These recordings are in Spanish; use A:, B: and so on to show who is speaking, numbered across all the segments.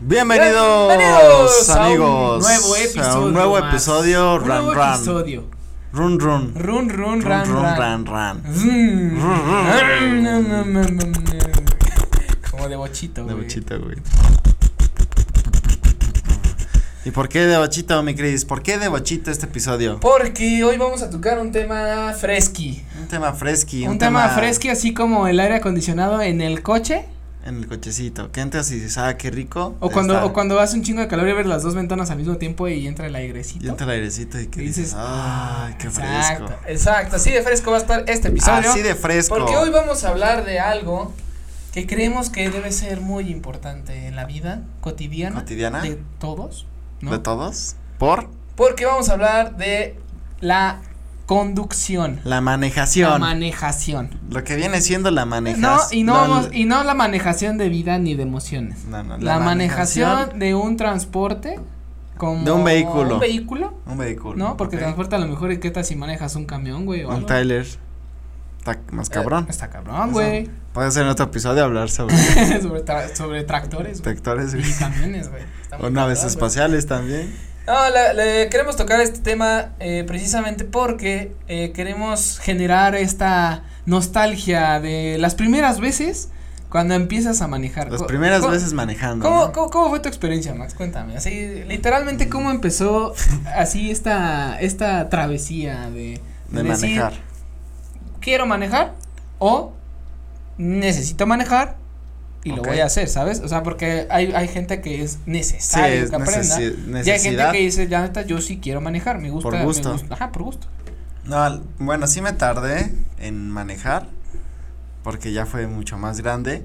A: Bienvenidos,
B: Bienvenidos a un
A: amigos
B: nuevo
A: a un
B: episodio
A: nuevo
B: más.
A: episodio
B: Un
A: Ran
B: nuevo
A: Ran
B: episodio.
A: Run Run
B: Run, run,
A: Run
B: ran,
A: Run
B: ran.
A: Ran Ran Run,
B: Mm.
A: run, run.
B: Mm, mm, mm, mm, mm. Como de bochito,
A: De
B: güey.
A: bochita, güey ¿Y por qué de bochita, mi Cris? ¿Por qué de bochita este episodio?
B: Porque hoy vamos a tocar un tema fresqui.
A: Un tema fresqui
B: Un, tema, fresqui, así como el aire acondicionado en el coche.
A: En el cochecito Que entras y dices, ah, qué rico
B: O cuando,
A: está.
B: o cuando hace un chingo de calor y abres las dos ventanas al mismo tiempo y entra el airecito.
A: Y entra el airecito y que
B: Y
A: dices,
B: dices, ah,
A: ay, qué
B: exacto,
A: fresco
B: exacto. Así de fresco va a estar este episodio.
A: Así de fresco
B: Porque hoy vamos a hablar de algo que creemos que debe ser muy importante en la vida cotidiana.
A: ¿Cotidiana?
B: De todos, ¿no?
A: ¿De todos? ¿Por?
B: Porque vamos a hablar de la conducción,
A: La manejación
B: la manejación.
A: Lo que viene siendo la
B: No,
A: manejación.
B: y no, vamos- y no la manejación de vida ni de emociones.
A: No, no,
B: La, manejación, de un transporte como
A: De un vehículo.
B: un vehículo,
A: Un vehículo.
B: ¿no? Porque
A: ok.
B: transporta a lo mejor ¿y qué tal si manejas un camión, güey, o
A: Un
B: algo?
A: Tyler. Está más
B: Eh,
A: cabrón.
B: Está cabrón, güey.
A: Eso. Puede ser en otro episodio hablar sobre
B: sobre, tra- sobre tractores, güey.
A: detectores
B: Y camiones, güey. Está muy
A: o naves
B: cabrón, güey.
A: espaciales también.
B: No, la- le queremos tocar este tema eh, precisamente porque eh, queremos generar esta nostalgia de las primeras veces cuando empiezas a manejar.
A: Las
B: Co-
A: primeras
B: co-
A: veces manejando.
B: ¿Cómo,
A: ¿no?
B: cómo, cómo fue tu experiencia, Max? Cuéntame. Así, literalmente, ¿cómo empezó así esta, esta travesía de,
A: De
B: decir,
A: manejar.
B: quiero manejar o necesito manejar y
A: Ok.
B: lo voy a hacer, ¿sabes? O sea, porque hay, hay gente que es
A: Sí,
B: necesario
A: es
B: que aprenda.
A: necesi-
B: Y hay gente
A: necesidad.
B: que dice, ya neta, yo sí quiero manejar, me gusta.
A: Por
B: me
A: gusto.
B: gusta". Ajá, por gusto.
A: No, bueno, sí me tardé en manejar porque ya fue mucho más grande.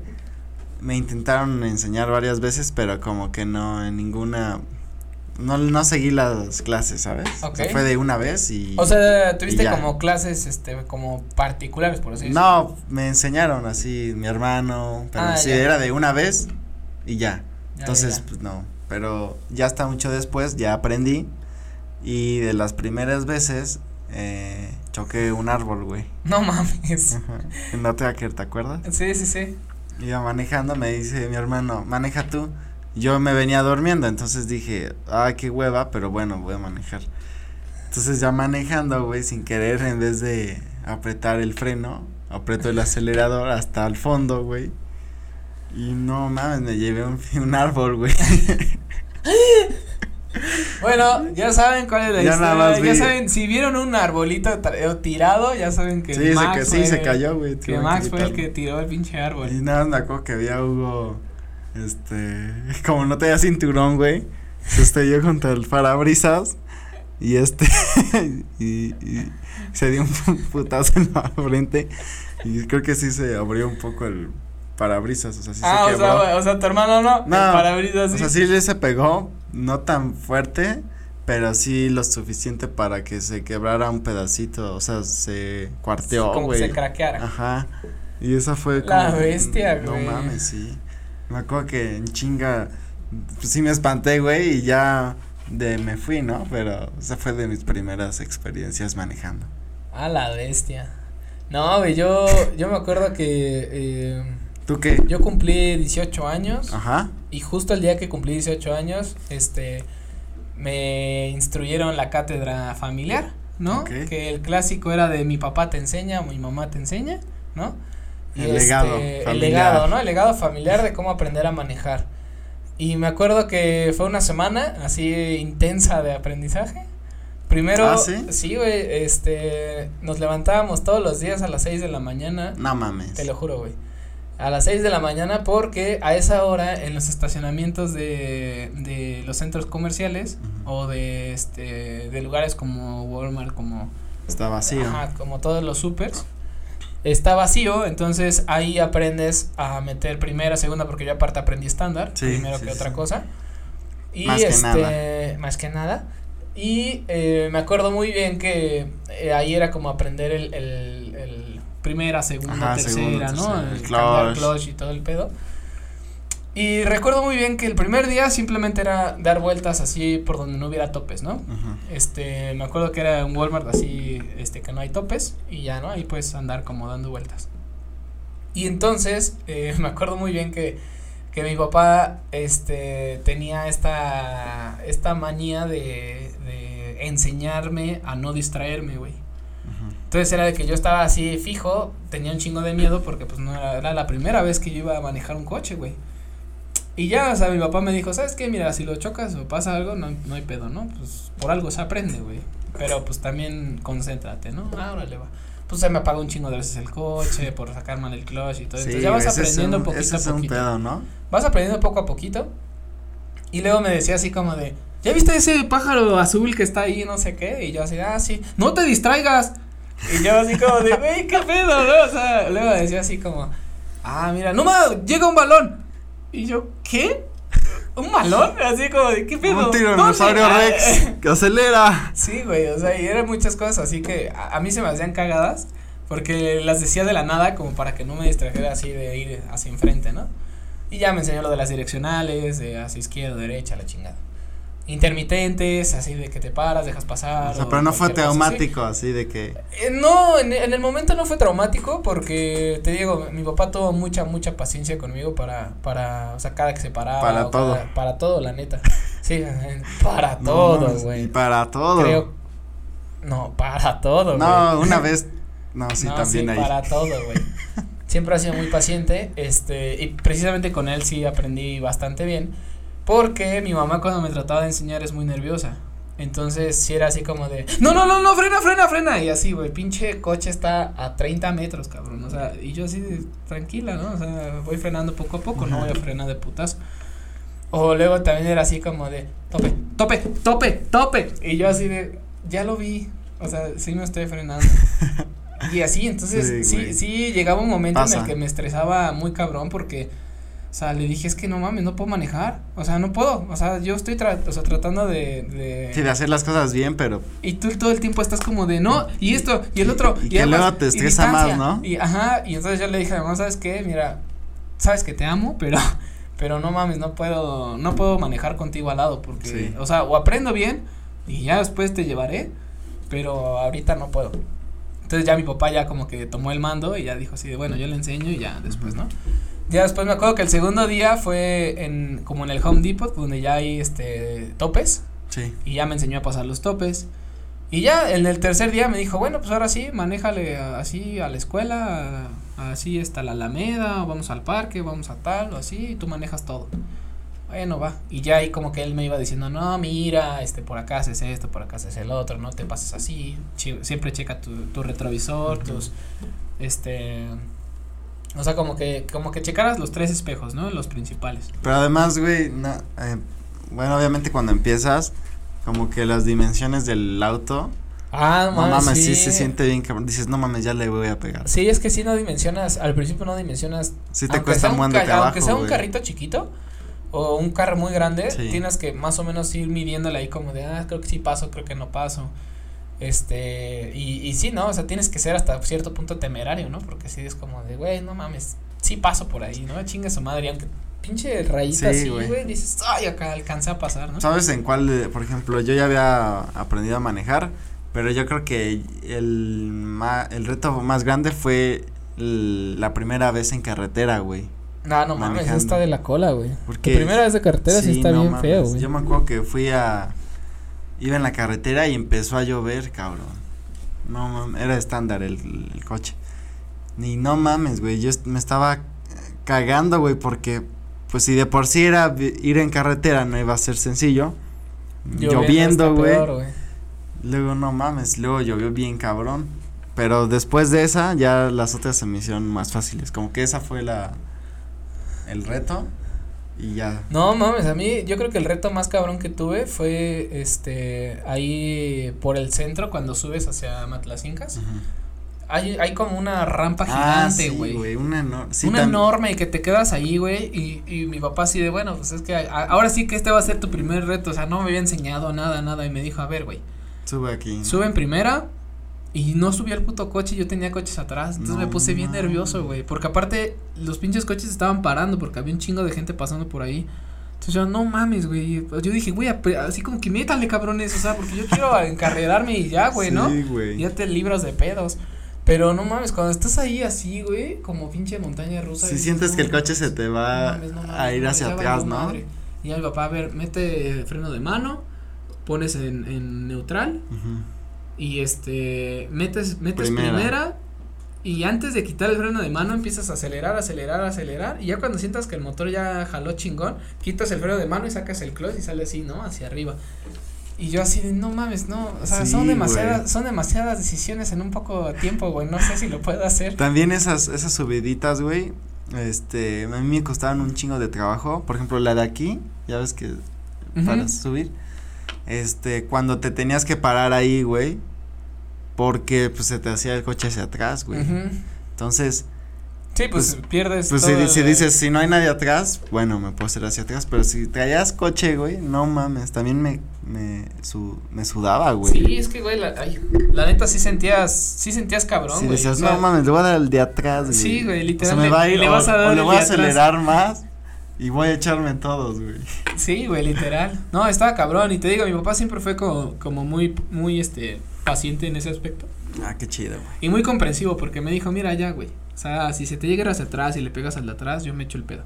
A: Me intentaron enseñar varias veces, pero como que no en ninguna no no seguí las clases, ¿sabes? O sea,
B: Ok.
A: fue de una vez y
B: O sea,
A: y
B: tuviste
A: ya.
B: como clases, este, como particulares, por así decirlo.
A: No, me enseñaron así mi hermano, pero
B: Ah,
A: sí
B: ya.
A: era de una vez y ya.
B: Ya,
A: Entonces,
B: ya, ya.
A: pues no, pero ya está mucho después, ya aprendí y de las primeras veces eh, choqué un árbol, güey.
B: No mames.
A: Ajá, En la Tracker, ¿te acuerdas?
B: Sí, sí, sí.
A: Iba manejando, me dice mi hermano, maneja tú. Yo me venía durmiendo, entonces dije, ah, qué hueva, pero bueno, voy a manejar. Entonces ya manejando, güey, sin querer, en vez de apretar el freno, aprieto el acelerador hasta el fondo, güey. Y no mames, me llevé un, un árbol, güey.
B: Bueno, ya saben cuál es la
A: Ya
B: historia.
A: nada más
B: ya
A: vi-
B: saben, si vieron un arbolito tra- eh, tirado, ya saben que
A: sí, se,
B: Max
A: ca- sí,
B: fue-
A: se cayó, güey. tuve
B: Que Max fue el que
A: quitarlo.
B: tiró el pinche árbol.
A: Y nada más me acuerdo que había Hugo, este, como no tenía cinturón, güey, se estrelló contra el parabrisas y este, y, y se dio un pu- putazo en la frente y creo que sí se abrió un poco el parabrisas, o sea, sí
B: ah,
A: se
B: o
A: quebró.
B: sea, o sea, tu hermano no. el
A: No,
B: parabrisas
A: o sea, sí le se pegó, no tan fuerte, pero sí lo suficiente para que se quebrara un pedacito, o sea, se cuarteó,
B: como que
A: güey.
B: se craqueara.
A: Ajá. Y esa fue como.
B: La bestia,
A: no
B: güey.
A: mames, sí. Me acuerdo que en chinga. pues, sí me espanté, güey, y ya de me fui, ¿no? Pero esa fue de mis primeras experiencias manejando.
B: A la bestia. No, güey, yo, yo me acuerdo que eh,
A: ¿Tú qué?
B: yo cumplí 18 años
A: Ajá.
B: y justo el día que cumplí 18 años, este, me instruyeron la cátedra familiar, ¿no?
A: Ok.
B: Que el clásico era de mi papá te enseña, mi mamá te enseña, ¿no? Y este,
A: El legado
B: El
A: familiar.
B: legado, ¿no? El legado familiar de cómo aprender a manejar. Y me acuerdo que fue una semana así intensa de aprendizaje. Primero,
A: ¿Ah, sí?
B: güey, este, nos levantábamos todos los días a las 6 de la mañana.
A: No mames.
B: Te lo juro, güey. A las 6 de la mañana porque a esa hora en los estacionamientos de, de los centros comerciales
A: Ujú.
B: o de este de lugares como Walmart, como
A: Está vacío.
B: ajá, como todos los supers está vacío, entonces ahí aprendes a meter primera, segunda porque yo aparte aprendí estándar,
A: Sí,
B: primero
A: sí,
B: que otra
A: sí.
B: cosa. Y
A: Más que
B: este,
A: nada.
B: más que nada. Y eh, me acuerdo muy bien que eh, ahí era como aprender el, el, el primera, segunda,
A: Ajá,
B: tercera,
A: segunda,
B: ¿no?
A: tercera,
B: el
A: el
B: cambiar
A: clutch.
B: clutch y todo el pedo. Y recuerdo muy bien que el primer día simplemente era dar vueltas así por donde no hubiera topes, ¿no?
A: Ujú.
B: Este, me acuerdo que era un Walmart así, este, que no hay topes y ya, ¿no? Ahí puedes andar como dando vueltas. Y entonces, eh, me acuerdo muy bien que, que mi papá este tenía esta esta manía de, de enseñarme a no distraerme, güey. Entonces era de que yo estaba así fijo, tenía un chingo de miedo porque pues no era, era la primera vez que yo iba a manejar un coche, güey. Y ya, o sea, mi papá me dijo, ¿sabes qué? Mira, si lo chocas o pasa algo, no, no hay pedo, ¿no? Pues por algo se aprende, güey. Pero pues también concéntrate, ¿no? Ah, órale, va. Pues se me apagó un chingo de veces el coche por sacar mal el clutch y todo. Entonces ya vas
A: ese es
B: aprendiendo
A: un-
B: poquito
A: ese
B: a
A: es
B: poquito
A: un pedo, ¿no?
B: vas aprendiendo poco a poquito. Y luego me decía así como de, ¿ya viste ese pájaro azul que está ahí, no sé qué? Y yo así, ah, sí, no te distraigas. Y yo así como de, güey, qué pedo, ¿no? O sea, luego decía así como, ah, mira, no mames, llega un balón. Y yo, ¿qué? ¿Un balón? Así como de, ¿qué pedo?
A: Un tiranosaurio
B: ¿Dónde?" Ah, eh.
A: Rex que acelera.
B: Sí, güey, o sea, y eran muchas cosas así que a, a mí se me hacían cagadas porque las decía de la nada como para que no me distrajera así de ir hacia enfrente, ¿no? Y ya me enseñó lo de las direccionales, de hacia izquierda, derecha, la chingada. Intermitentes, así de que te paras, dejas pasar.
A: O sea, pero no fue
B: cualquier cosa así.
A: traumático, así de que.
B: Eh, no, en, en el momento no fue traumático porque, te digo, mi papá tuvo mucha, mucha paciencia conmigo para, para, o sea, cada que se paraba.
A: Para
B: o cada-
A: todo.
B: para todo, la neta. Sí, para
A: no,
B: todo,
A: no,
B: güey.
A: Y para todo.
B: Creo. No, para todo,
A: no,
B: güey.
A: una vez. No, sí,
B: No,
A: también ahí.
B: para todo, güey. Siempre ha sido muy paciente, este, y precisamente con él sí aprendí bastante bien, porque mi mamá cuando me trataba de enseñar es muy nerviosa. Entonces, sí era así como de, no, no, no, no, frena, frena, frena. Y así, güey, pinche coche está a 30 metros, cabrón. O sea, y yo así, de, tranquila, ¿no? O sea, voy frenando poco a poco, no voy a frenar de putazo. O luego también era así como de, tope, tope, tope, tope. Y yo así de, ya lo vi. O sea, sí me estoy frenando. y así, entonces,
A: Sí,
B: sí, sí,
A: güey.
B: llegaba un momento en
A: Pasa.
B: el que me estresaba muy cabrón porque, o sea, le dije, es que no mames, no puedo manejar. O sea, no puedo. O sea, yo estoy tra- o sea, tratando de... de-
A: Sí, de hacer las cosas bien, pero.
B: y tú todo el tiempo estás como de no, y esto, y el otro,
A: Y que
B: además,
A: luego te
B: y
A: estresa más,
B: distancia,
A: ¿no?
B: Y ajá, y entonces yo le dije, mamá, ¿sabes qué? Mira, sabes que te amo, pero, pero no mames, no puedo, no puedo manejar contigo al lado, porque,
A: Sí.
B: o sea, o aprendo bien, y ya después te llevaré, pero ahorita no puedo. Entonces ya mi papá ya como que tomó el mando y ya dijo así de, bueno, yo le enseño y ya después, ¿no? Ya después me acuerdo que el segundo día fue en, como en el Home Depot, donde ya hay, este, topes,
A: Sí.
B: y ya me enseñó a pasar los topes. Y ya en el tercer día me dijo, bueno, pues ahora sí, manéjale a- así a la escuela, a- así está la Alameda, o vamos al parque, vamos a tal, o así, y tú manejas todo. Bueno, va. Y ya ahí como que él me iba diciendo, no, mira, este, por acá haces esto, por acá haces el otro, no te pases así, chi- siempre checa tu, tu retrovisor, tus, este, o sea, como que, como que checaras los tres espejos, ¿no? Los principales.
A: Pero además, güey, no, eh, bueno, obviamente cuando empiezas, como que las dimensiones del auto.
B: Ah,
A: No mames, sí. se siente bien, cabrón. Dices, no mames, ya le voy a pegar.
B: Sí, es que sí no dimensionas, al principio no dimensionas
A: Sí, te
B: aunque
A: cuesta
B: sea
A: un buen de
B: ca-
A: trabajo.
B: Aunque sea un
A: güey.
B: carrito chiquito o un carro muy grande,
A: Sí.
B: tienes que más o menos ir midiéndole ahí como de, ah, creo que sí paso, creo que no paso. Este, y, y sí, ¿no? O sea, tienes que ser hasta cierto punto temerario, ¿no? Porque sí es como de, güey, no mames, sí paso por ahí, ¿no? Chinga su madre, y aunque pinche rayita
A: Sí,
B: así,
A: güey.
B: güey, dices, ay, acá alcancé a pasar, ¿no?
A: ¿Sabes en cuál, eh, por ejemplo, yo ya había aprendido a manejar, pero yo creo que el, ma- el reto más grande fue el- la primera vez en carretera, güey.
B: No, no mames,
A: manejando.
B: está de la cola, güey.
A: Porque
B: Tu primera vez de carretera sí, está
A: no
B: bien
A: mames,
B: feo, güey.
A: Yo me acuerdo que fui a iba en la carretera y empezó a llover, cabrón. No mames, era estándar el, el coche. Ni no mames, güey, yo est- me estaba eh, cagando, güey, porque pues si de por sí era vi- ir en carretera no iba a ser sencillo. Lloviendo,
B: está
A: güey.
B: peor, güey.
A: Luego no mames, luego llovió bien cabrón. Pero después de esa, ya las otras se me hicieron más fáciles. Como que esa fue la. el reto. Y ya.
B: No mames, a mí yo creo que el reto más cabrón que tuve fue este ahí por el centro cuando subes hacia Matlacincas. Hay, hay como una rampa
A: Ah, sí,
B: gigante, güey.
A: güey. Una, eno- sí,
B: una
A: tam-
B: enorme que te quedas ahí, güey, y, y mi papá así de, bueno, pues es que a- ahora sí que este va a ser tu primer reto, o sea, no me había enseñado nada, nada, y me dijo, a ver, güey,
A: Sube aquí.
B: sube en primera y no subí al puto coche, yo tenía coches atrás, entonces
A: No
B: me puse bien
A: mames.
B: nervioso, güey, porque aparte los pinches coches estaban parando porque había un chingo de gente pasando por ahí. Entonces yo, no mames, güey, pues yo dije, güey, apre- así como que métale, cabrones, o sea, porque yo quiero encarrerarme y ya, güey, ¿no?
A: Sí, güey.
B: Ya te libras de pedos. Pero no mames, cuando estás ahí así, güey, como pinche montaña rusa.
A: Si
B: y
A: sientes
B: dices,
A: que el
B: "No
A: coche se te va
B: mames, no mames,
A: a ir
B: no,
A: hacia
B: ya
A: atrás,
B: valió
A: ¿no?
B: madre". Y al papá, a ver, mete freno de mano, pones en, en neutral
A: Ujú.
B: y este, metes, metes
A: Primera.
B: primera. y antes de quitar el freno de mano empiezas a acelerar, acelerar, acelerar y ya cuando sientas que el motor ya jaló chingón, quitas el freno de mano y sacas el clutch y sale así, ¿no? Hacia arriba. Y yo así de, no mames, no, o sea,
A: Sí,
B: son
A: güey.
B: demasiadas, son demasiadas decisiones en un poco tiempo, güey, no sé si lo puedo hacer.
A: También esas, esas subiditas, güey, este, a mí me costaban un chingo de trabajo. Por ejemplo, la de aquí, ya ves que para
B: Ujú.
A: subir. Este, cuando te tenías que parar ahí, güey, porque pues se te hacía el coche hacia atrás, güey.
B: Ujú.
A: Entonces,
B: Sí, pues, pierdes.
A: pues si,
B: todo
A: di- si
B: el-
A: dices, si no hay nadie atrás, bueno, me puedo hacer hacia atrás, pero si traías coche, güey, no mames, también me, me, su, me sudaba, güey.
B: Sí, es que, güey, la, ay, la neta sí sentías, sí sentías cabrón,
A: si
B: güey.
A: decías,
B: o sea,
A: no mames, le voy a dar el de atrás, güey.
B: Sí, güey,
A: O sea,
B: literal,
A: me
B: le-
A: va a ir,
B: le
A: o-
B: vas a dar
A: o le
B: el
A: voy a
B: de atrás.
A: acelerar más y voy a echarme todos, güey.
B: Sí, güey, literal. No, estaba cabrón. Y te digo, mi papá siempre fue como, como muy, muy, este, paciente en ese aspecto.
A: Ah, qué chido, güey.
B: Y muy comprensivo, porque me dijo, mira, ya, güey. O sea, si se te llega hacia atrás y le pegas al de atrás, yo me echo el pedo.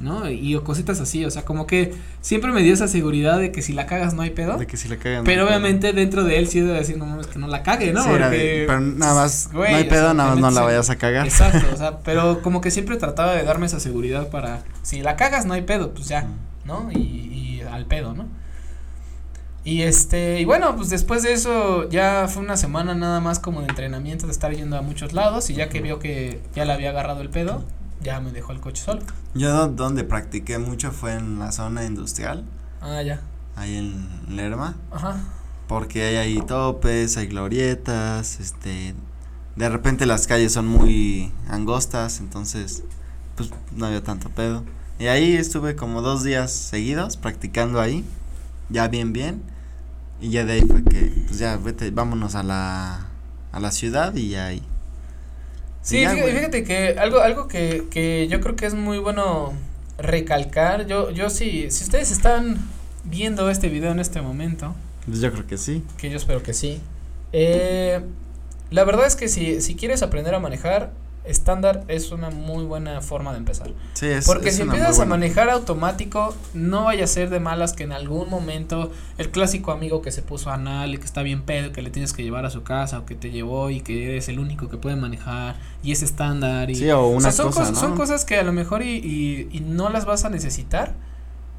B: ¿No? Y o cositas así, o sea, como que siempre me dio esa seguridad de que si la cagas no hay pedo.
A: De que si la cagan.
B: Pero
A: no,
B: obviamente dentro de él sí debe decir, no mames, que no la cague, ¿no?
A: Sí, era de-
B: Porque, pues,
A: pero nada más,
B: güey,
A: no hay
B: o
A: pedo,
B: sea,
A: nada más
B: te
A: no
B: metes
A: la
B: en-
A: vayas a cagar.
B: Exacto, o sea, pero como que siempre trataba de darme esa seguridad para si la cagas no hay pedo, pues ya, ¿no? Y, y al pedo, ¿no? Y este, y bueno, pues después de eso ya fue una semana nada más como de entrenamiento, de estar yendo a muchos lados y ya que vio que ya le había agarrado el pedo, ya me dejó el coche solo.
A: Yo do- donde practiqué mucho fue en la zona industrial,
B: Ah, ya.
A: ahí en Lerma,
B: Ajá.
A: porque hay ahí topes, hay glorietas, este, de repente las calles son muy angostas, entonces, pues no había tanto pedo. Y ahí estuve como dos días seguidos practicando ahí, ya bien bien, y ya de ahí fue que, pues ya, vete, vámonos a la, a la ciudad y ya ahí.
B: Sí,
A: Y ya,
B: fíjate,
A: güey.
B: fíjate que algo, algo que, que yo creo que es muy bueno recalcar, yo, yo sí, si ustedes están viendo este video en este momento,
A: Pues yo creo que sí.
B: que yo espero que sí. Eh, la verdad es que si, si quieres aprender a manejar, estándar es una muy buena forma de empezar.
A: Sí, es,
B: Porque
A: es
B: si
A: una muy
B: empiezas a
A: buena-
B: manejar automático, no vaya a ser de malas que en algún momento el clásico amigo que se puso anal y que está bien pedo, que le tienes que llevar a su casa o que te llevó y que eres el único que puede manejar y es estándar y
A: Sí, o
B: o
A: una
B: sea, son,
A: cosa,
B: cos-
A: ¿no?
B: son cosas que a lo mejor y, y- y no las vas a necesitar,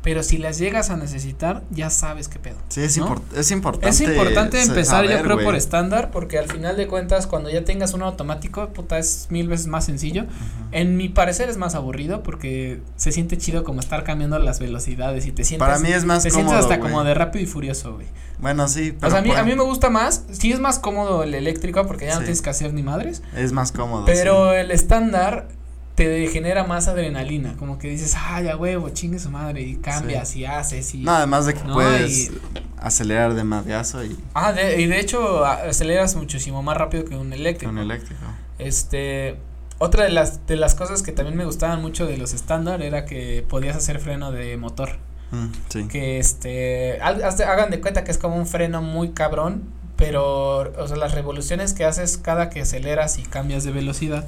B: pero si las llegas a necesitar, ya sabes qué pedo.
A: Sí, es,
B: ¿no?
A: import- es importante.
B: Es importante
A: sa-
B: empezar,
A: saber,
B: yo creo,
A: güey.
B: por estándar, porque al final de cuentas, cuando ya tengas uno automático, puta, es mil veces más sencillo.
A: Ujú.
B: En mi parecer es más aburrido porque se siente chido como estar cambiando las velocidades y te sientes.
A: Para mí es más
B: te
A: cómodo.
B: sientes hasta
A: güey.
B: como de rápido y furioso, güey.
A: Bueno, sí, pero
B: O sea, a mí,
A: por-
B: a mí me gusta más. Sí, es más cómodo el eléctrico porque ya no
A: Sí.
B: tienes que hacer ni madres.
A: es más cómodo.
B: Pero el estándar te genera más adrenalina. Como que dices, ay, a huevo, chingue su madre. Y cambias y haces.
A: sí.
B: Y...
A: No, además de que
B: No,
A: puedes
B: y-
A: acelerar de madreazo y
B: Ah, de- y de hecho a- aceleras muchísimo más rápido que un eléctrico.
A: con eléctrico.
B: Este, otra de las, de las cosas que también me gustaban mucho de los estándar era que podías hacer freno de motor.
A: Mm, sí.
B: Que este, haz- haz de- hagan de cuenta que es como un freno muy cabrón, pero, o sea, las revoluciones que haces cada que aceleras y cambias de velocidad.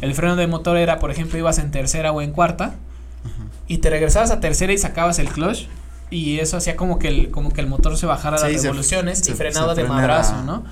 B: El freno de motor era, por ejemplo, ibas en tercera o en cuarta
A: Ujú.
B: y te regresabas a tercera y sacabas el clutch y eso hacía como que el, como que el motor se bajara
A: Sí,
B: las
A: se-
B: revoluciones
A: se-
B: y
A: se
B: frenaba de
A: frenara
B: madrazo, ¿no?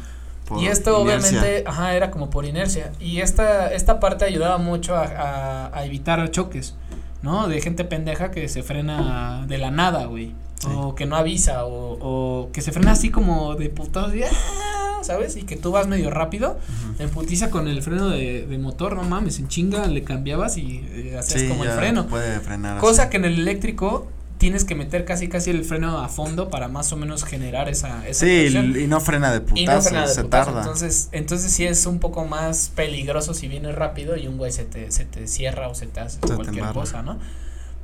A: Por
B: Y esto
A: inercia.
B: obviamente, ajá, era como por inercia. Y esta, esta parte ayudaba mucho a, a- a evitar choques, ¿no? De gente pendeja que se frena de la nada, güey.
A: Sí.
B: O que no avisa, o, o que se frena así como de putados, y ¡ah! ¿sabes? Y que tú vas medio rápido,
A: Ujú.
B: en putiza con el freno de, de motor, no mames, en chinga le cambiabas y eh, hacías
A: Sí,
B: como el
A: ya
B: freno.
A: Puede frenar.
B: Cosa
A: así.
B: que en el eléctrico tienes que meter casi casi el freno a fondo para más o menos generar esa, esa
A: Sí,
B: presión
A: y no frena de putazo,
B: y no frena de
A: se
B: putazo,
A: tarda.
B: Entonces, entonces sí es un poco más peligroso si vienes rápido y un güey se te, se te cierra o se te hace
A: Se te
B: cualquier
A: embarra.
B: cosa, ¿no?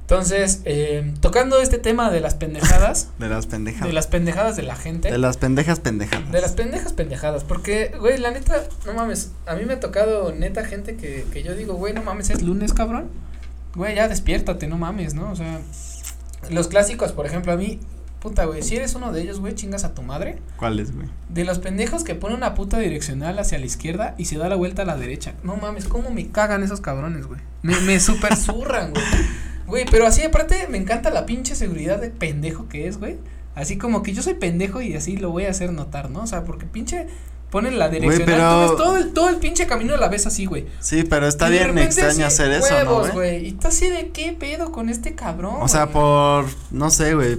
B: Entonces, eh, tocando este tema de las pendejadas,
A: de las pendejas.
B: de las pendejadas de la gente,
A: de las pendejas pendejadas.
B: de las pendejas pendejadas, porque, güey, la neta, no mames, a mí me ha tocado neta gente que, que yo digo, güey, no mames, es lunes, cabrón, güey, ya despiértate, no mames, ¿no? O sea, los clásicos, por ejemplo, a mí, Puta, güey, si eres uno de ellos, güey, chingas a tu madre.
A: ¿Cuáles, güey?
B: De los pendejos que ponen una puta direccional hacia la izquierda y se da la vuelta a la derecha. No mames, cómo me cagan esos cabrones, güey. Me, me super zurran, güey. Güey, pero así aparte me encanta la pinche seguridad de pendejo que es, güey. Así como que yo soy pendejo y así lo voy a hacer notar, ¿no? O sea, porque pinche ponen la direccional,
A: pero-
B: tú ves todo el, todo el pinche camino la ves así, güey.
A: Sí, pero está
B: Y de
A: bien
B: repente
A: extraño
B: así,
A: hacer eso, ¿no,
B: huevos,
A: güey?
B: güey? Y tú así de qué pedo con este cabrón.
A: O sea,
B: güey?
A: por, no sé, güey,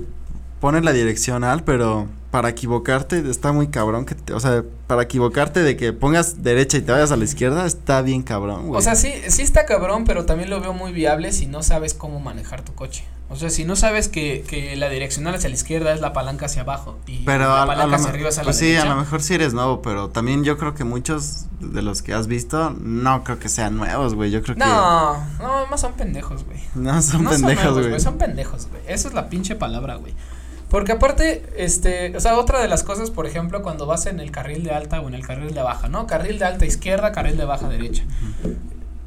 A: pones la direccional, pero para equivocarte está muy cabrón que, te- o sea, para equivocarte de que pongas derecha y te vayas a la izquierda está bien cabrón, güey.
B: O sea, sí, sí está cabrón, pero también lo veo muy viable si no sabes cómo manejar tu coche. O sea, si no sabes que, que la direccional hacia la izquierda es la palanca hacia abajo y
A: pero
B: la
A: a- a
B: palanca
A: lo
B: hacia
A: me-
B: arriba es a la
A: pues sí,
B: derecha.
A: a lo mejor sí eres nuevo, pero también yo creo que muchos de los que has visto no creo que sean nuevos, güey. Yo creo
B: No, no, más son pendejos, güey.
A: que no son
B: no
A: pendejos,
B: nuevos,
A: güey.
B: Son pendejos, güey. Esa es la pinche palabra, güey. Porque aparte, este, o sea, otra de las cosas, por ejemplo, cuando vas en el carril de alta o en el carril de baja, ¿no? Carril de alta izquierda, carril de baja derecha.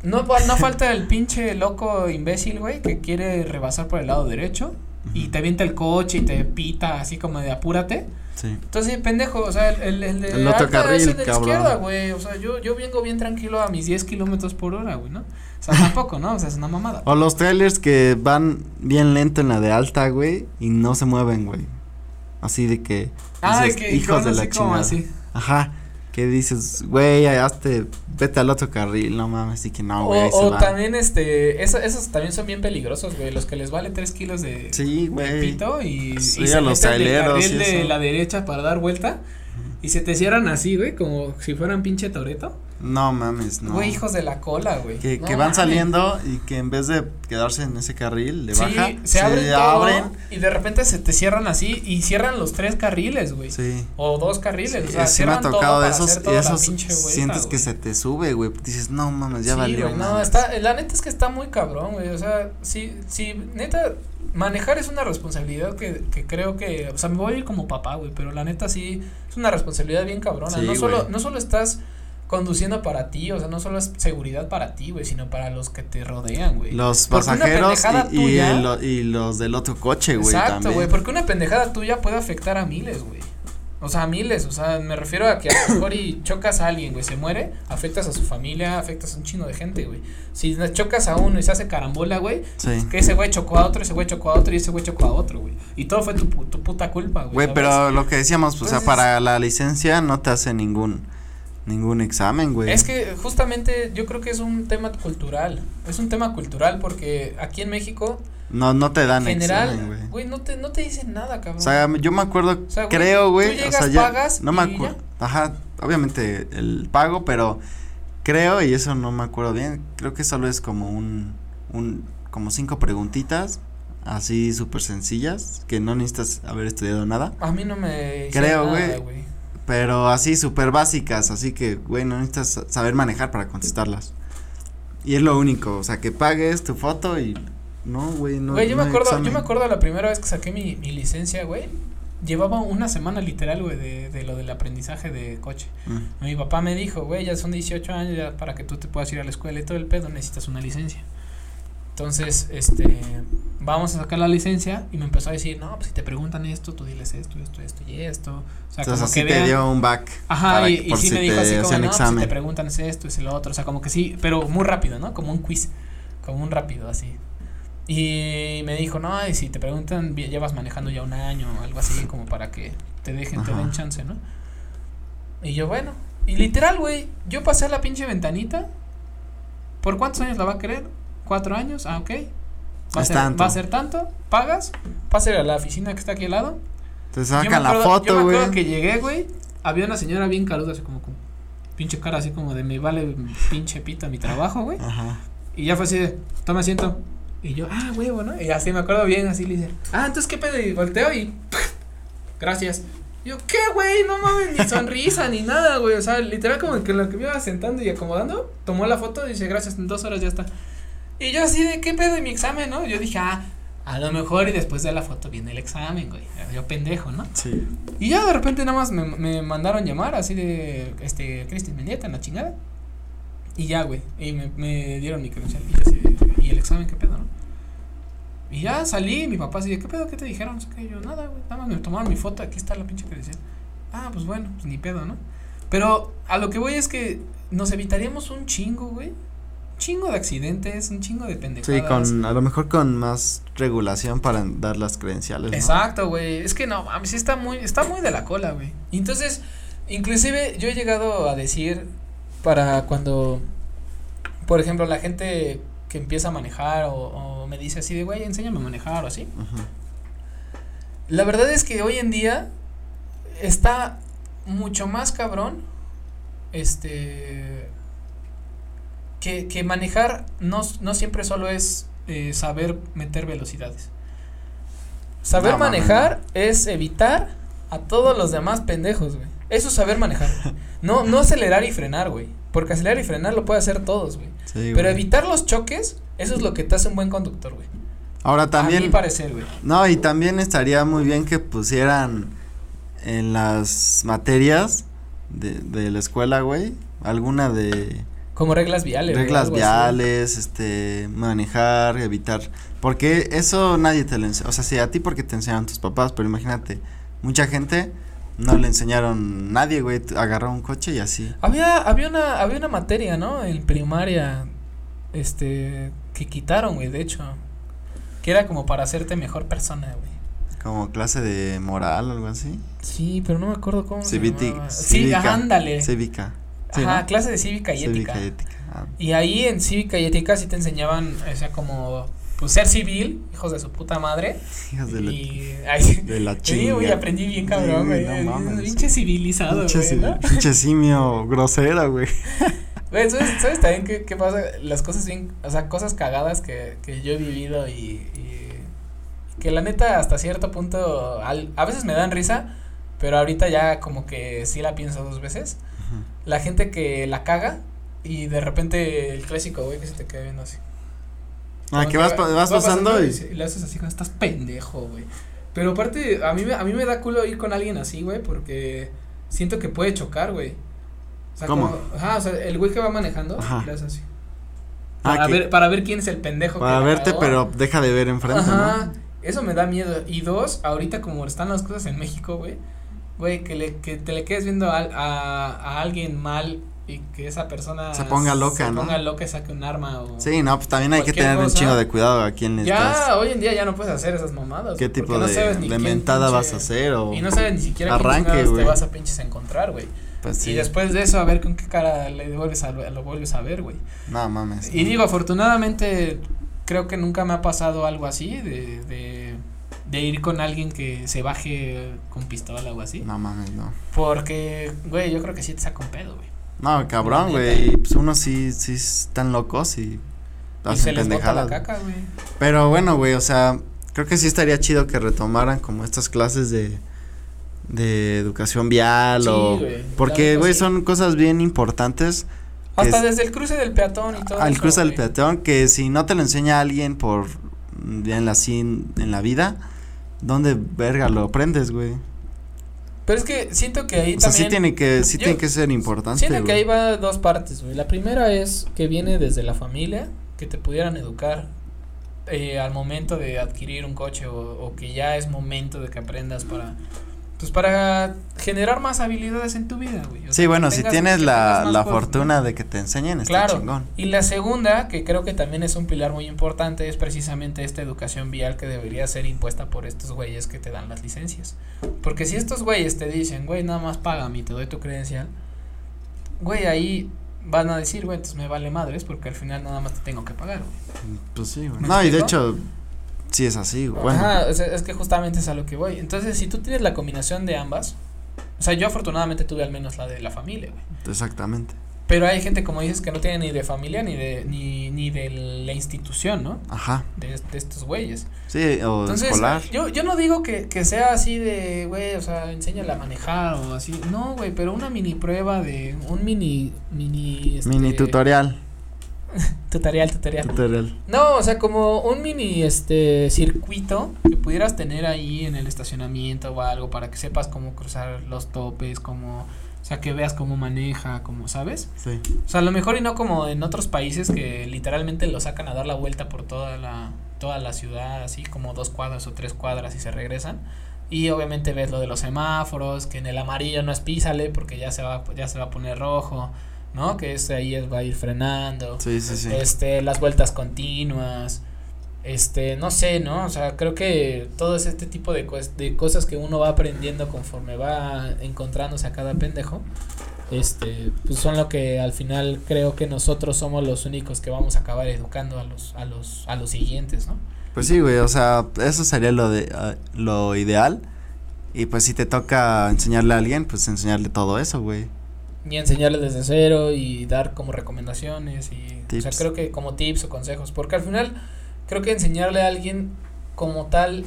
B: No, fa- no falta el pinche loco imbécil, güey, que quiere rebasar por el lado derecho y te avienta el coche y te pita así como de apúrate.
A: Sí.
B: Entonces, pendejo, o sea, el, el, el de
A: El otro
B: alta
A: carril,
B: es el de la
A: cabrón.
B: izquierda, güey. O sea, yo, yo vengo bien tranquilo a mis 10 kilómetros por hora, güey, ¿no? O sea, tampoco, ¿no? O sea, es una mamada.
A: O los trailers que van bien lento en la de alta, güey, y no se mueven, güey. Así de que
B: Ah,
A: dices,
B: que
A: hijos
B: hijos
A: de la
B: así como
A: chingada.
B: así.
A: Ajá. Que dices, güey, hazte, vete al otro carril, no mames, y que no, güey, ahí
B: o
A: se
B: o
A: va.
B: también, este, eso- esos también son bien peligrosos, güey, los que les vale tres kilos de,
A: Sí,
B: de
A: güey.
B: pito y, y
A: Sí,
B: se
A: a los
B: meten del
A: traileros
B: carril
A: y
B: de
A: eso.
B: la derecha para dar vuelta y se te cierran así, güey, como si fueran pinche toreto.
A: No mames, no.
B: Güey, hijos de la cola, güey.
A: que,
B: No
A: que van
B: mames.
A: saliendo y que en vez de quedarse en ese carril de
B: Sí,
A: baja,
B: se abren, todo y de repente se te cierran así y cierran los tres carriles, güey.
A: Sí.
B: O dos carriles,
A: Eh,
B: o sea,
A: sí me ha
B: cierran todo
A: tocado de
B: para
A: esos
B: hacer
A: y
B: toda la
A: esos
B: pinche vuelta,
A: sientes que
B: güey.
A: se te sube, güey. Dices, no mames, ya
B: sí,
A: valió.
B: güey, no,
A: mames".
B: está, la neta es que está muy cabrón, güey. O sea, sí, sí, neta, manejar es una responsabilidad que, que creo que, o sea, me voy a ir como papá, güey, pero la neta sí, es una responsabilidad bien cabrona.
A: Sí,
B: no, solo,
A: güey.
B: no solo estás conduciendo para ti, o sea, no solo es seguridad para ti, güey, sino para los que te rodean, güey.
A: Los
B: Porque una
A: pasajeros
B: pendejada
A: y, y,
B: tuya-
A: el o- y los del otro coche, güey,
B: Exacto,
A: también.
B: güey, porque una pendejada tuya puede afectar a miles, güey. O sea, a miles, o sea, me refiero a que a lo mejor y chocas a alguien, güey, se muere, afectas a su familia, afectas a un chino de gente, güey. Si no- chocas a uno y se hace carambola, güey,
A: Sí.
B: que ese güey chocó a otro, ese güey chocó a otro y ese güey chocó a otro, güey. Y todo fue tu, pu- tu puta culpa, güey.
A: Güey,
B: ¿sabes?
A: pero lo que decíamos, pues, o sea,
B: Entonces-
A: para la licencia no te hace ningún ningún examen, güey.
B: Es que justamente yo creo que es un tema cultural, es un tema cultural porque aquí en México,
A: no no te dan
B: en general,
A: examen, güey.
B: güey, no te, no te dicen nada, cabrón.
A: O sea, yo me acuerdo,
B: O sea, güey,
A: creo,
B: tú
A: güey, o
B: llegas,
A: sea, ya
B: pagas
A: no me
B: y
A: acuerdo. Ajá, obviamente el pago, pero creo y eso no me acuerdo bien, creo que solo es como un un como cinco preguntitas así súper sencillas que no necesitas haber estudiado nada.
B: a mí no me... hicieron
A: Creo,
B: nada,
A: güey. Pero así súper básicas, así que, güey, no necesitas saber manejar para contestarlas. Y es lo único, o sea, que pagues tu foto y... No, güey, no.
B: Güey, yo
A: no
B: me
A: hay
B: acuerdo, yo
A: examen.
B: me acuerdo la primera vez que saqué mi, mi licencia, güey. Llevaba una semana literal, güey, de, de lo del aprendizaje de coche.
A: Mm,
B: Mi papá me dijo, güey, ya son 18 años, ya para que tú te puedas ir a la escuela y todo el pedo, necesitas una licencia. Entonces, este, vamos a sacar la licencia y me empezó a decir, no, pues si te preguntan esto, tú diles esto, esto, esto y esto. O sea,
A: Entonces
B: como
A: así
B: que
A: te
B: vean-
A: dio un back.
B: Ajá,
A: para
B: y,
A: que-
B: y
A: por
B: sí me dijo así como,
A: hacían
B: no, pues, si
A: examen.
B: te preguntan es esto, es el otro, o sea, como que sí, pero muy rápido, ¿no? Como un quiz, como un rápido así. Y me dijo, no, y si te preguntan, vi- llevas manejando ya un año o algo así, como para que te dejen, te
A: Ajá.
B: den chance, ¿no? Y yo, bueno, y literal, güey, yo pasé a la pinche ventanita, ¿por cuántos años la va a querer? ¿Cuatro años? Ah, ok. Va a,
A: Es
B: ser,
A: tanto.
B: va a ser tanto, pagas, pásale a la oficina que está aquí al lado,
A: Te
B: yo me
A: sacan la
B: acuerdo- Yo
A: foto,
B: me
A: güey.
B: acuerdo que llegué, güey. Había una señora bien caruda, así como con pinche cara, así como de me vale mi pinche pita mi trabajo, güey.
A: Ajá.
B: Y ya fue así de, toma asiento. Y yo, ah, huevo, ¿no? Y así me acuerdo bien, así le dice, ah, entonces qué pedo. Y volteo y, gracias. Yo, ¿qué, güey? No mames, ni sonrisa, ni nada, güey. O sea, literal, como que lo que me iba sentando y acomodando, tomó la foto y dice, gracias, en dos horas ya está. Y yo, así de, ¿qué pedo? Y mi examen, ¿no? Yo dije, ah, a lo mejor y después de la foto viene el examen, güey. Yo, pendejo, ¿no?
A: Sí.
B: Y ya de repente nada más me, me mandaron llamar así de, este, Cristian Mendieta, en la chingada. Y ya, güey, y me, me dieron mi credencial. Y yo así de, ¿y el examen qué pedo, no? Y ya salí, mi papá así de, ¿qué pedo? ¿Qué te dijeron? No sé qué, yo, nada, güey, nada más me tomaron mi foto, aquí está la pinche credencial. Ah, pues bueno, pues ni pedo, ¿no? Pero a lo que voy es que nos evitaríamos un chingo, güey. Un chingo de accidentes, un chingo de pendejadas.
A: Sí, con, a lo mejor con más regulación para dar las credenciales. ¿no?
B: Exacto, güey. Es que no, a mí sí está muy, está muy de la cola, güey. Y Entonces, inclusive yo he llegado a decir para cuando, por ejemplo, la gente que empieza a manejar o, o me dice así de, güey, enséñame a manejar o así.
A: Ajá.
B: La verdad es que hoy en día está mucho más cabrón este que, que manejar no, s- no siempre solo es eh, saber meter velocidades. Saber
A: No, mames,
B: manejar es evitar a todos los demás pendejos, güey. Eso es saber manejar. No, no acelerar y frenar, güey. Porque acelerar y frenar lo puede hacer todos, güey.
A: Sí,
B: Pero
A: güey.
B: evitar los choques, eso es lo que te hace un buen conductor, güey.
A: Ahora
B: A mi
A: también.
B: parecer, güey.
A: No, y también estaría muy bien que pusieran en las materias de, de la escuela, güey, alguna de
B: Como reglas viales. güey,
A: reglas
B: algo así, güey.
A: viales, este, manejar, evitar, porque eso nadie te lo enseña, o sea, sí, a ti porque te enseñaron tus papás, pero imagínate, mucha gente no le enseñaron nadie, güey, t- agarró un coche y así.
B: Había, había una, había una materia, ¿no? En primaria, este, que quitaron, güey, de hecho, que era como para hacerte mejor persona, güey.
A: Como clase de moral, algo así.
B: Sí, pero no me acuerdo cómo se
A: Civiti-
B: llamaba. Mm. Sí, ajá, ándale.
A: Cívica. sí,
B: ajá,
A: ¿no?
B: clase de cívica y
A: Cívica
B: ética.
A: y ética. ah.
B: Y ahí en cívica y ética sí te enseñaban, o sea, como, pues, ser civil, hijos de su puta madre.
A: Hijas de la,
B: y, ay,
A: de la
B: sí, güey,
A: chinga.
B: aprendí bien
A: Sí,
B: cabrón,
A: güey,
B: güey.
A: no mames.
B: Pinche civilizado, güey,
A: Pinche, si-
B: ¿no?
A: pinche simio grosera, güey.
B: Güey, ¿sabes, sabes también qué, qué pasa? Las cosas bien, o sea, cosas cagadas que, que yo he vivido y, y- y que la neta hasta cierto punto al- a veces me dan risa, pero ahorita ya como que sí la pienso dos veces. La gente que la caga y de repente el clásico, güey, que se te queda viendo así.
A: Ah, que vas, pa- vas pasando y...
B: le haces así, como, estás pendejo, güey. Pero aparte, a mí, me- a mí me da culo ir con alguien así, güey, porque siento que puede chocar, güey. O sea,
A: ¿Cómo?
B: como- ajá, o sea, el güey que va manejando,
A: Ajá.
B: le haces así.
A: Ah,
B: Para,
A: que-
B: ver, para ver quién es el pendejo. que
A: para
B: la
A: verte,
B: cagó.
A: pero deja de ver enfrente,
B: Ajá,
A: ¿no?
B: eso me da miedo. Y dos, ahorita como están las cosas en México, güey, güey, que, le, que te le quedes viendo al- a, a alguien mal y que esa persona
A: Se ponga loca,
B: se
A: ¿no?
B: ponga loca y saque un arma o...
A: Sí, no, pues también hay que
B: Cualquier
A: tener un
B: cosa.
A: chingo de cuidado a quién le estás.
B: Ya, hoy en día ya no puedes hacer esas mamadas.
A: ¿Qué
B: güey,
A: tipo
B: porque no
A: de,
B: sabes ni
A: de
B: quién
A: mentada
B: pinche-
A: vas a hacer o...?
B: Y no sabes ni siquiera
A: Arranque,
B: qué chingados
A: güey.
B: te vas a pinches a encontrar, güey.
A: Pues sí,
B: Y después de eso, a ver con qué cara le devuelves a, lo lo vuelves a ver, güey.
A: no mames.
B: Y digo, afortunadamente, creo que nunca me ha pasado algo así de, de, de ir con alguien que se baje con pistola o así.
A: No mames, no.
B: Porque, güey, yo creo que sí te saca un pedo, güey.
A: No, cabrón,
B: La
A: güey,
B: neta.
A: y, pues unos sí, sí están locos y
B: Y se
A: hacen
B: les bota la
A: pendejadas.
B: caca, güey.
A: Pero bueno, güey, o sea, creo que sí estaría chido que retomaran como estas clases de de educación vial
B: Sí,
A: o
B: güey, la
A: porque
B: neta
A: güey
B: sí.
A: son cosas bien importantes
B: Hasta
A: es-
B: desde el cruce del peatón y todo.
A: al
B: eso,
A: cruce del
B: güey.
A: peatón que si no te lo enseña alguien por mm, en la sin- en la vida dónde verga lo aprendes, güey.
B: Pero es que siento que ahí
A: O sea,
B: también.
A: sí tiene que sí
B: yo
A: tiene que ser importante,
B: Siento que
A: güey.
B: ahí va dos partes, güey. La primera es que viene desde la familia, que te pudieran educar eh, al momento de adquirir un coche o, o que ya es momento de que aprendas para, pues para generar más habilidades en tu vida, güey. O
A: Sí,
B: sea,
A: bueno,
B: que
A: si
B: tengas-
A: tienes
B: que
A: la,
B: tengas más
A: la
B: cosas, ¿no?
A: fortuna de que te enseñen, está
B: Claro.
A: chingón.
B: Y la segunda, que creo que también es un pilar muy importante, es precisamente esta educación vial que debería ser impuesta por estos güeyes que te dan las licencias. Porque si estos güeyes te dicen, güey, nada más págame y te doy tu credencial, güey, ahí van a decir, güey, entonces me vale madres porque al final nada más te tengo que pagar, güey.
A: Pues sí, güey.
B: ¿Me
A: No, y de
B: explico?
A: hecho sí es así, güey. Bueno,
B: Ajá, o sea, es que justamente es a lo que voy. Entonces, si tú tienes la combinación de ambas, o sea, yo afortunadamente tuve al menos la de la familia, güey.
A: exactamente.
B: Pero hay gente, como dices, que no tiene ni de familia ni de, ni, ni de la institución, ¿no?
A: Ajá.
B: de, est- de estos güeyes.
A: Sí, o
B: Entonces,
A: Pues, escolar.
B: yo, yo no digo que, que sea así de, güey, o sea, enséñale a manejar o así. No, güey, pero una mini prueba de un mini, mini, este,
A: Mini tutorial.
B: Tutorial, tutorial.
A: Tutorial.
B: No, o sea, como un mini, este, circuito que pudieras tener ahí en el estacionamiento o algo para que sepas cómo cruzar los topes, cómo O sea, que veas cómo maneja, cómo, ¿sabes?
A: Sí.
B: O sea, a lo mejor y no como en otros países que literalmente lo sacan a dar la vuelta por toda la, toda la ciudad, así como dos cuadras o tres cuadras y se regresan. Y obviamente ves lo de los semáforos, que en el amarillo no es písale porque ya se va, ya se va a poner rojo, ¿no? Que este ahí es- va a ir frenando.
A: Sí, sí, sí.
B: Este, las vueltas continuas. Este, no sé, ¿no? O sea, creo que todo es este tipo de, cues- de cosas que uno va aprendiendo conforme va encontrándose a cada pendejo. Este, pues son lo que al final creo que nosotros somos los únicos que vamos a acabar educando a los, a los, a los siguientes, ¿no?
A: Pues sí, güey, o sea, eso sería lo de ah, lo ideal. Y pues si te toca enseñarle a alguien, pues enseñarle todo eso, güey.
B: Y enseñarles desde cero y dar como recomendaciones y o sea,
A: Tips.
B: creo que como tips o consejos, porque al final creo que enseñarle a alguien como tal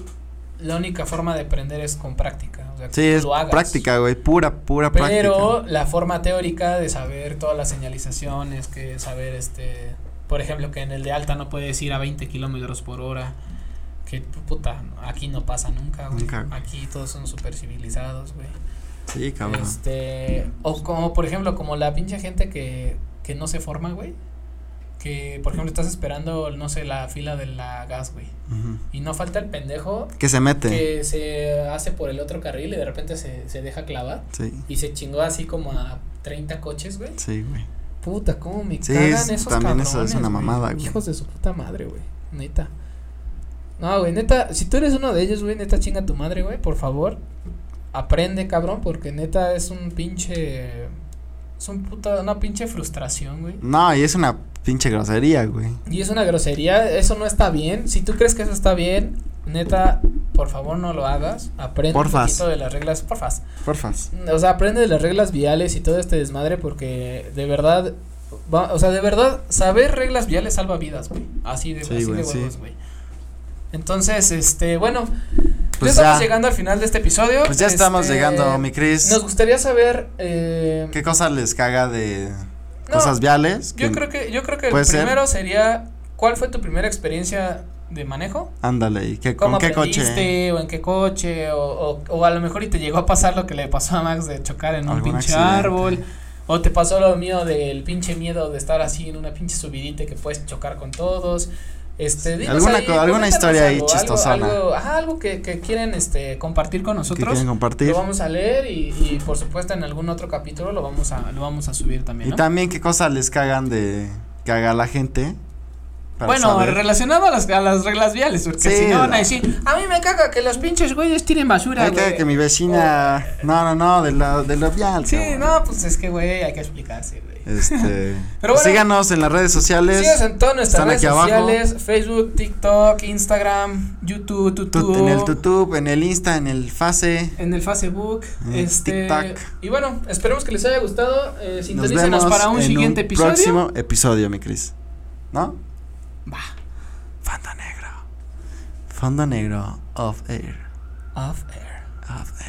B: la única forma de aprender es con práctica, o sea,
A: Sí,
B: que
A: es
B: lo hagas.
A: práctica, güey, pura pura
B: Pero
A: práctica.
B: la forma teórica de saber todas las señalizaciones, que saber este, por ejemplo, que en el de alta no puedes ir a 20 kilómetros por hora, que pu- puta, aquí no pasa nunca, güey.
A: Nunca.
B: Aquí todos son super civilizados, güey.
A: Sí, cabrón.
B: Este, o como por ejemplo, como la pinche gente que, que no se forma, güey. Que por ejemplo estás esperando, no sé, la fila de la gas, güey.
A: Ujú.
B: Y no falta el pendejo
A: Que se mete.
B: que se hace por el otro carril y de repente se, se deja clavar.
A: Sí.
B: Y se chingó así como a 30 coches, güey.
A: Sí, güey.
B: Puta, cómo me
A: Sí,
B: cagan
A: es-
B: esos
A: también
B: cabrones,
A: eso es una mamada, güey.
B: Hijos de su puta madre, güey. Neta. No, güey, neta, si tú eres uno de ellos, güey, neta chinga tu madre, güey, por favor. Aprende, cabrón, porque neta es un pinche es un puta una pinche frustración, güey.
A: No, y es una pinche grosería, güey.
B: Y es una grosería, eso no está bien. Si tú crees que eso está bien, neta, por favor no lo hagas. Aprende
A: Porfas.
B: un poquito de las reglas, porfas.
A: Porfas.
B: O sea, aprende de las reglas viales y todo este desmadre porque de verdad, va- o sea, de verdad, saber reglas viales salva vidas, güey. Así de,
A: Sí,
B: así
A: güey,
B: de huevos,
A: sí.
B: güey. Entonces, este, bueno,
A: Pues
B: ya estamos
A: ya.
B: llegando al final de este episodio.
A: Pues ya estamos
B: Este,
A: llegando, mi Cris.
B: Nos gustaría saber, eh,
A: ¿Qué cosas les caga de
B: no,
A: cosas viales?
B: yo creo que, yo creo que
A: puede
B: el
A: ser.
B: primero sería, ¿cuál fue tu primera experiencia de manejo?
A: Ándale, ¿y qué,
B: ¿Cómo
A: con qué coche?
B: aprendiste? ¿O en qué coche? O, o, o a lo mejor y te llegó a pasar lo que le pasó a Max de chocar en un
A: Algún
B: pinche
A: accidente.
B: árbol. O te pasó lo mío del pinche miedo de estar así en una pinche subidita y que puedes chocar con todos. Este, dinos
A: Alguna
B: ahí,
A: co- alguna
B: coméntanos
A: historia ahí
B: algo,
A: chistosona.
B: Algo, ajá, algo que, que quieren este, compartir con
A: ¿Qué
B: nosotros.
A: quieren compartir?
B: Lo vamos a leer y, y, por supuesto en algún otro capítulo lo vamos a, lo vamos a subir también.
A: Y
B: ¿no?
A: también qué cosas les cagan de cagar la gente. Para
B: Bueno,
A: saber.
B: relacionado a las, a las reglas viales, porque
A: Sí,
B: si no van a
A: no.
B: decir, a mí me caga que los pinches güeyes tiren basura,
A: Ay, que-
B: güey.
A: que mi vecina. No, no, no, de lo, de lo vial.
B: Oh. Sí,
A: cabrón.
B: no, pues es que, güey, hay que explicarse, güey.
A: Este.
B: Pero bueno.
A: síganos en las redes sociales.
B: Síguenos en todas nuestras
A: están
B: redes
A: aquí abajo.
B: sociales, Facebook, TikTok, Instagram, YouTube,
A: Tu-
B: Tutu,
A: en el YouTube, en el Insta, en el Face.
B: en el Facebook,
A: En el
B: este,
A: TikTok.
B: y bueno, esperemos que les haya gustado, eh,
A: Nos
B: sintonícenos
A: vemos
B: para un
A: en
B: siguiente
A: un
B: episodio.
A: próximo episodio, mi Cris. ¿No?
B: Va.
A: Fondo negro. Fondo negro. Off air.
B: Off air.
A: Off air.